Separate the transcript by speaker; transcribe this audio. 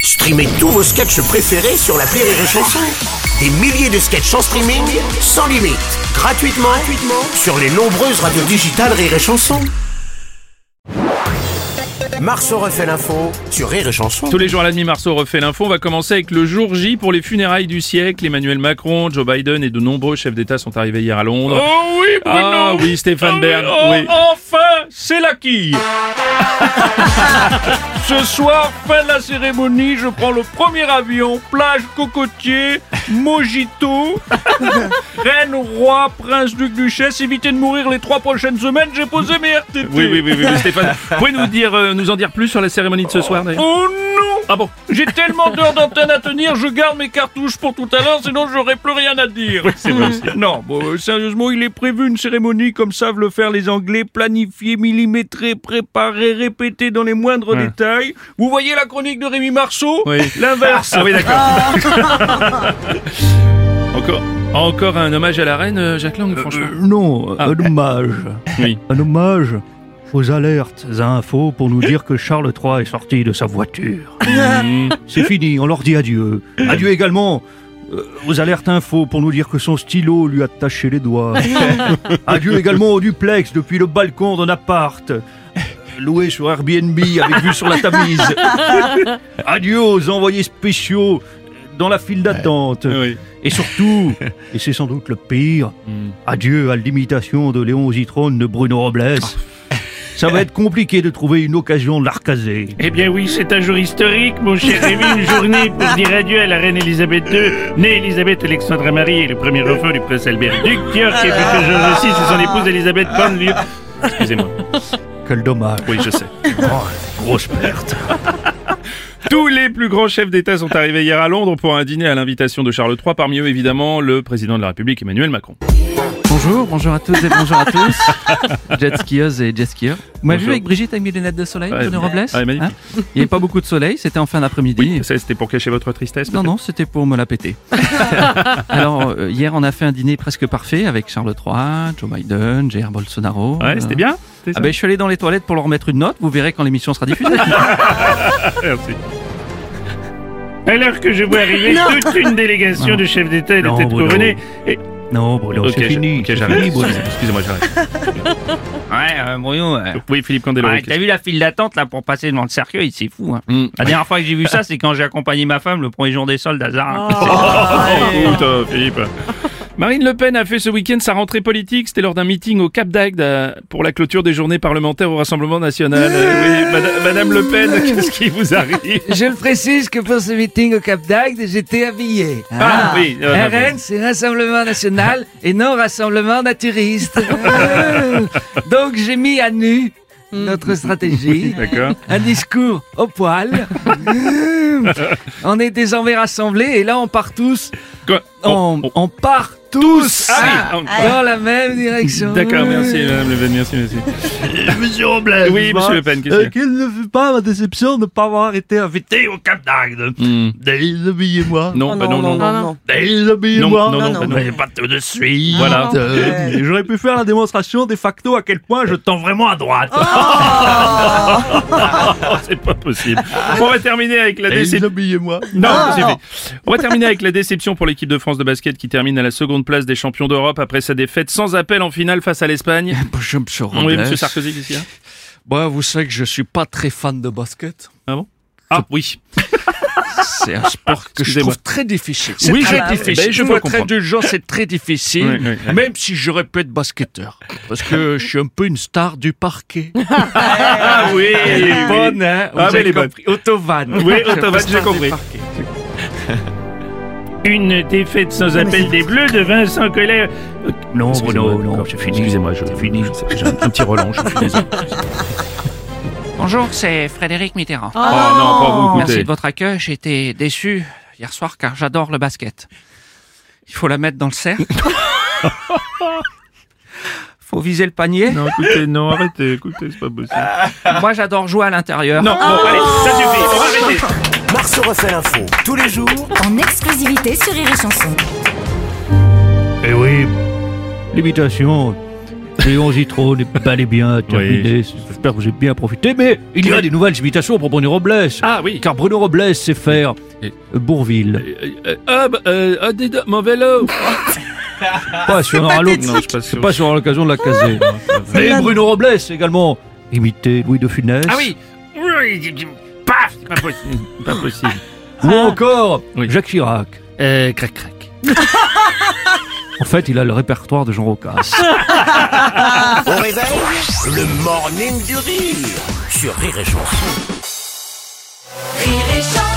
Speaker 1: Streamez tous vos sketchs préférés sur la Rire et Chanson. Des milliers de sketchs en streaming, sans limite, gratuitement, gratuitement sur les nombreuses radios digitales Rire et Chanson. Marceau refait l'info sur Rire et Chanson.
Speaker 2: Tous les jours à la demi-marceau refait l'info. On va commencer avec le jour J pour les funérailles du siècle. Emmanuel Macron, Joe Biden et de nombreux chefs d'État sont arrivés hier à Londres.
Speaker 3: Oh oui, Bruno
Speaker 2: ah oui, Stéphane
Speaker 3: Ah oui,
Speaker 2: Bern.
Speaker 3: oh,
Speaker 2: oui.
Speaker 3: Enfin, c'est la quille Ce soir, fin de la cérémonie, je prends le premier avion, plage cocotier, mojito, reine, roi, prince, duc, duchesse, évitez de mourir les trois prochaines semaines, j'ai posé mes RTT.
Speaker 2: Oui, oui, oui, oui, oui, Stéphane. Vous pouvez nous dire, euh, nous en dire plus sur la cérémonie de ce soir d'ailleurs
Speaker 3: Oh non
Speaker 2: Ah bon
Speaker 3: J'ai tellement d'heures d'antenne à tenir, je garde mes cartouches pour tout à l'heure, sinon j'aurai plus rien à dire.
Speaker 2: c'est vrai aussi.
Speaker 3: Non, bon, euh, sérieusement, il est prévu une cérémonie comme savent le faire les Anglais, planifiée, millimétrée, préparée, répétée dans les moindres
Speaker 2: Ouais.
Speaker 3: détails. Vous voyez la chronique de Rémi Marceau
Speaker 2: Oui.
Speaker 3: L'inverse. Ah.
Speaker 2: Ah oui, d'accord. Encore, encore un hommage à la reine, euh, Jacques Lang, franchement.
Speaker 4: Euh, non,
Speaker 2: Ah.
Speaker 4: un hommage.
Speaker 2: Oui.
Speaker 4: Un hommage aux alertes à infos pour nous dire que Charles III est sorti de sa voiture.
Speaker 3: euh,
Speaker 2: Mmh.
Speaker 4: C'est fini, on leur dit adieu. Adieu également euh, aux alertes infos pour nous dire que son stylo lui a taché les doigts. adieu également au duplex depuis le balcon d'un appart. Loué sur Airbnb avec vue sur la Tamise. Adieu aux envoyés spéciaux dans la file d'attente.
Speaker 2: Ah Oui.
Speaker 4: Et surtout, et c'est sans doute le pire,
Speaker 2: Hmm.
Speaker 4: adieu à l'imitation de Léon Zitrone de Bruno Robles. Ça va être compliqué de trouver une occasion de la recaser.
Speaker 5: Eh bien oui, c'est un jour historique, mon cher Rémi, une journée pour dire adieu à la reine Elisabeth II, née Elisabeth Alexandra Marie et le premier enfant du prince Albert Duc, York et futur George VI et son épouse Elisabeth Panlieu.
Speaker 2: Excusez-moi.
Speaker 4: Quel dommage.
Speaker 2: Oui, je sais.
Speaker 4: Grosse perte.
Speaker 2: Tous les plus grands chefs d'État sont arrivés hier à Londres pour un dîner à l'invitation de Charles III, parmi eux évidemment le président de la République Emmanuel Macron.
Speaker 6: Bonjour, bonjour à tous et bonjour à tous. jet skieuses et jet skieurs. Vous m'avez vu avec Brigitte avec mes lunettes de soleil,
Speaker 2: Ouais,
Speaker 6: Bruno
Speaker 2: ouais,
Speaker 6: Robles
Speaker 2: ouais, magnifique.
Speaker 6: hein Il n'y avait pas beaucoup de soleil, c'était en fin
Speaker 2: Oui,
Speaker 6: d'après-midi.
Speaker 2: ça c'était pour cacher votre tristesse
Speaker 6: non, non, c'était pour me la péter. Alors, euh, hier, on a fait un dîner presque parfait avec Charles III, Joe Biden, Jair
Speaker 4: Oh
Speaker 6: Bolsonaro.
Speaker 2: Ouais, c'était bien C'était
Speaker 6: Ah
Speaker 2: ça
Speaker 6: ben, je suis allé dans les toilettes pour leur mettre une note, vous verrez quand l'émission sera diffusée.
Speaker 2: Merci.
Speaker 5: Alors que je vois arriver toute une délégation de chefs d'État et de
Speaker 4: Non,
Speaker 5: têtes
Speaker 4: Bruno.
Speaker 5: couronnées,
Speaker 4: Non, Bruno,
Speaker 2: Ok,
Speaker 4: c'est fini.
Speaker 2: je- ok,
Speaker 4: c'est
Speaker 2: j'arrête.
Speaker 4: fini, Bruno.
Speaker 2: Excusez-moi, j'arrête.
Speaker 7: Ouais, euh, Bruno, euh,
Speaker 2: Oui, Philippe Candelo.
Speaker 4: Ah,
Speaker 7: ouais, t'as vu la file d'attente là pour passer devant le cercueil, c'est fou. Hein.
Speaker 6: Mm.
Speaker 7: La dernière fois que j'ai vu ça, c'est quand j'ai accompagné ma femme le premier jour des soldes à Zara.
Speaker 2: Oh, putain, Philippe. Marine Le Pen a fait ce week-end sa rentrée politique. C'était lors d'un meeting au Cap d'Agde euh, pour la clôture des journées parlementaires au Rassemblement National. Euh, oui, madame, Madame Le Pen, qu'est-ce qui vous arrive
Speaker 8: Je le précise que pour ce meeting au Cap d'Agde, j'étais habillé.
Speaker 2: Ah, oui, euh,
Speaker 8: RN, c'est Rassemblement National et non Rassemblement Naturiste. Euh, Donc j'ai mis à nu notre stratégie.
Speaker 2: D'accord.
Speaker 8: Un discours au poil. Euh, On est désormais rassemblés et là on part tous.
Speaker 2: Quoi Oh,
Speaker 8: On, on part tous
Speaker 2: Ah oui, on-
Speaker 8: dans la même direction.
Speaker 2: D'accord, merci Madame Le Pen, merci, merci.
Speaker 4: Monsieur Robles.
Speaker 2: Oui,
Speaker 4: bah,
Speaker 2: Monsieur Le Pen, qu'est-ce qu'il y a
Speaker 4: euh, Quelle ne fut pas ma déception de ne pas avoir été invité au Cap d'Agde.
Speaker 2: Hmm.
Speaker 4: Déshabillez-moi.
Speaker 2: Non, bah non, non, non. Non,
Speaker 4: Déshabillez-moi.
Speaker 2: non, non, bah non.
Speaker 4: Mais pas tout de suite.
Speaker 2: Voilà.
Speaker 4: Ah, Euh, J'aurais pu faire la démonstration de facto à quel point je tends vraiment à droite.
Speaker 2: Oh, c'est pas possible. On va terminer avec la déception.
Speaker 4: Déshabillez-moi.
Speaker 2: Ah, Non, c'est fait. On va terminer avec la déception pour l'équipe de France de basket qui termine à la seconde place des champions d'Europe après sa défaite sans appel en finale face à l'Espagne.
Speaker 6: bonjour, monsieur
Speaker 2: Oui,
Speaker 6: Robles.
Speaker 2: Monsieur Sarkozy, qu'est-ce qu'il y a
Speaker 6: Bon, Bah, vous savez que je suis pas très fan de basket.
Speaker 2: Ah oui.
Speaker 6: C'est un sport que je
Speaker 2: Excusez-moi.
Speaker 6: trouve très difficile.
Speaker 2: Oui,
Speaker 6: C'est
Speaker 2: je-
Speaker 6: très
Speaker 2: ah,
Speaker 6: difficile.
Speaker 2: ben, je
Speaker 6: Pour
Speaker 2: peux
Speaker 6: être
Speaker 2: comprendre.
Speaker 6: indulgent, c'est très difficile.
Speaker 2: Oui, oui, oui.
Speaker 6: Même si j'aurais pu être basketteur, parce que je suis un peu une star du parquet.
Speaker 2: Ah oui.
Speaker 6: Elle est bonne, hein Vous
Speaker 2: mais
Speaker 6: avez
Speaker 2: elle est bonne.
Speaker 6: compris. Autovan.
Speaker 2: Oui,
Speaker 6: Je suis un
Speaker 2: Autovan,
Speaker 6: peu
Speaker 2: j'ai
Speaker 6: star du
Speaker 2: compris.
Speaker 6: parquet.
Speaker 5: une défaite sans appel des Bleus devint sans colère.
Speaker 4: Non, Bruno,
Speaker 2: Excusez-moi,
Speaker 4: non,
Speaker 2: d'accord.
Speaker 4: c'est fini.
Speaker 2: Excusez-moi, je-
Speaker 4: C'est fini.
Speaker 2: je- J'ai un, un petit relent, je suis désolé.
Speaker 7: Bonjour, c'est Frédéric Mitterrand.
Speaker 2: Oh non, pas vous,
Speaker 7: Merci
Speaker 2: écoutez.
Speaker 7: de votre accueil, j'ai été déçu hier soir car j'adore le basket. Il faut la mettre dans le cercle. faut viser le panier.
Speaker 2: Non, écoutez, non, arrêtez, écoutez, c'est pas possible.
Speaker 7: Moi j'adore jouer à l'intérieur.
Speaker 2: Non, bon, allez, ça suffit, on va arrêter.
Speaker 1: Marceau refait l'info tous les jours
Speaker 9: en exclusivité sur Rire et Chanson.
Speaker 4: Eh oui, l'imitation, Léon les bel et bien terminé. J'espère que j'ai bien profité. Mais il y a des nouvelles imitations pour Bruno Robles.
Speaker 2: Ah oui.
Speaker 4: Car Bruno Robles sait faire Bourville.
Speaker 2: Ah, bah, euh, ah, dis donc, mon vélo.
Speaker 4: Pas Ah, si on aura l'oc-
Speaker 2: Ah, Non, je passe
Speaker 4: Ah, c'est
Speaker 2: sur-
Speaker 4: pas si on aura l'occasion de la caser. Mais Bruno Robles également imité Louis de Funès.
Speaker 7: Ah oui Oui, Paf C'est pas possible.
Speaker 2: Pas possible.
Speaker 4: Ou encore
Speaker 2: Oui.
Speaker 4: Jacques Chirac.
Speaker 7: Euh, crac crac.
Speaker 4: En fait, il a le répertoire de Jean Rocasse.
Speaker 1: Au réveil, le morning du rire sur Rire et Chanson.
Speaker 9: Rire et chanson.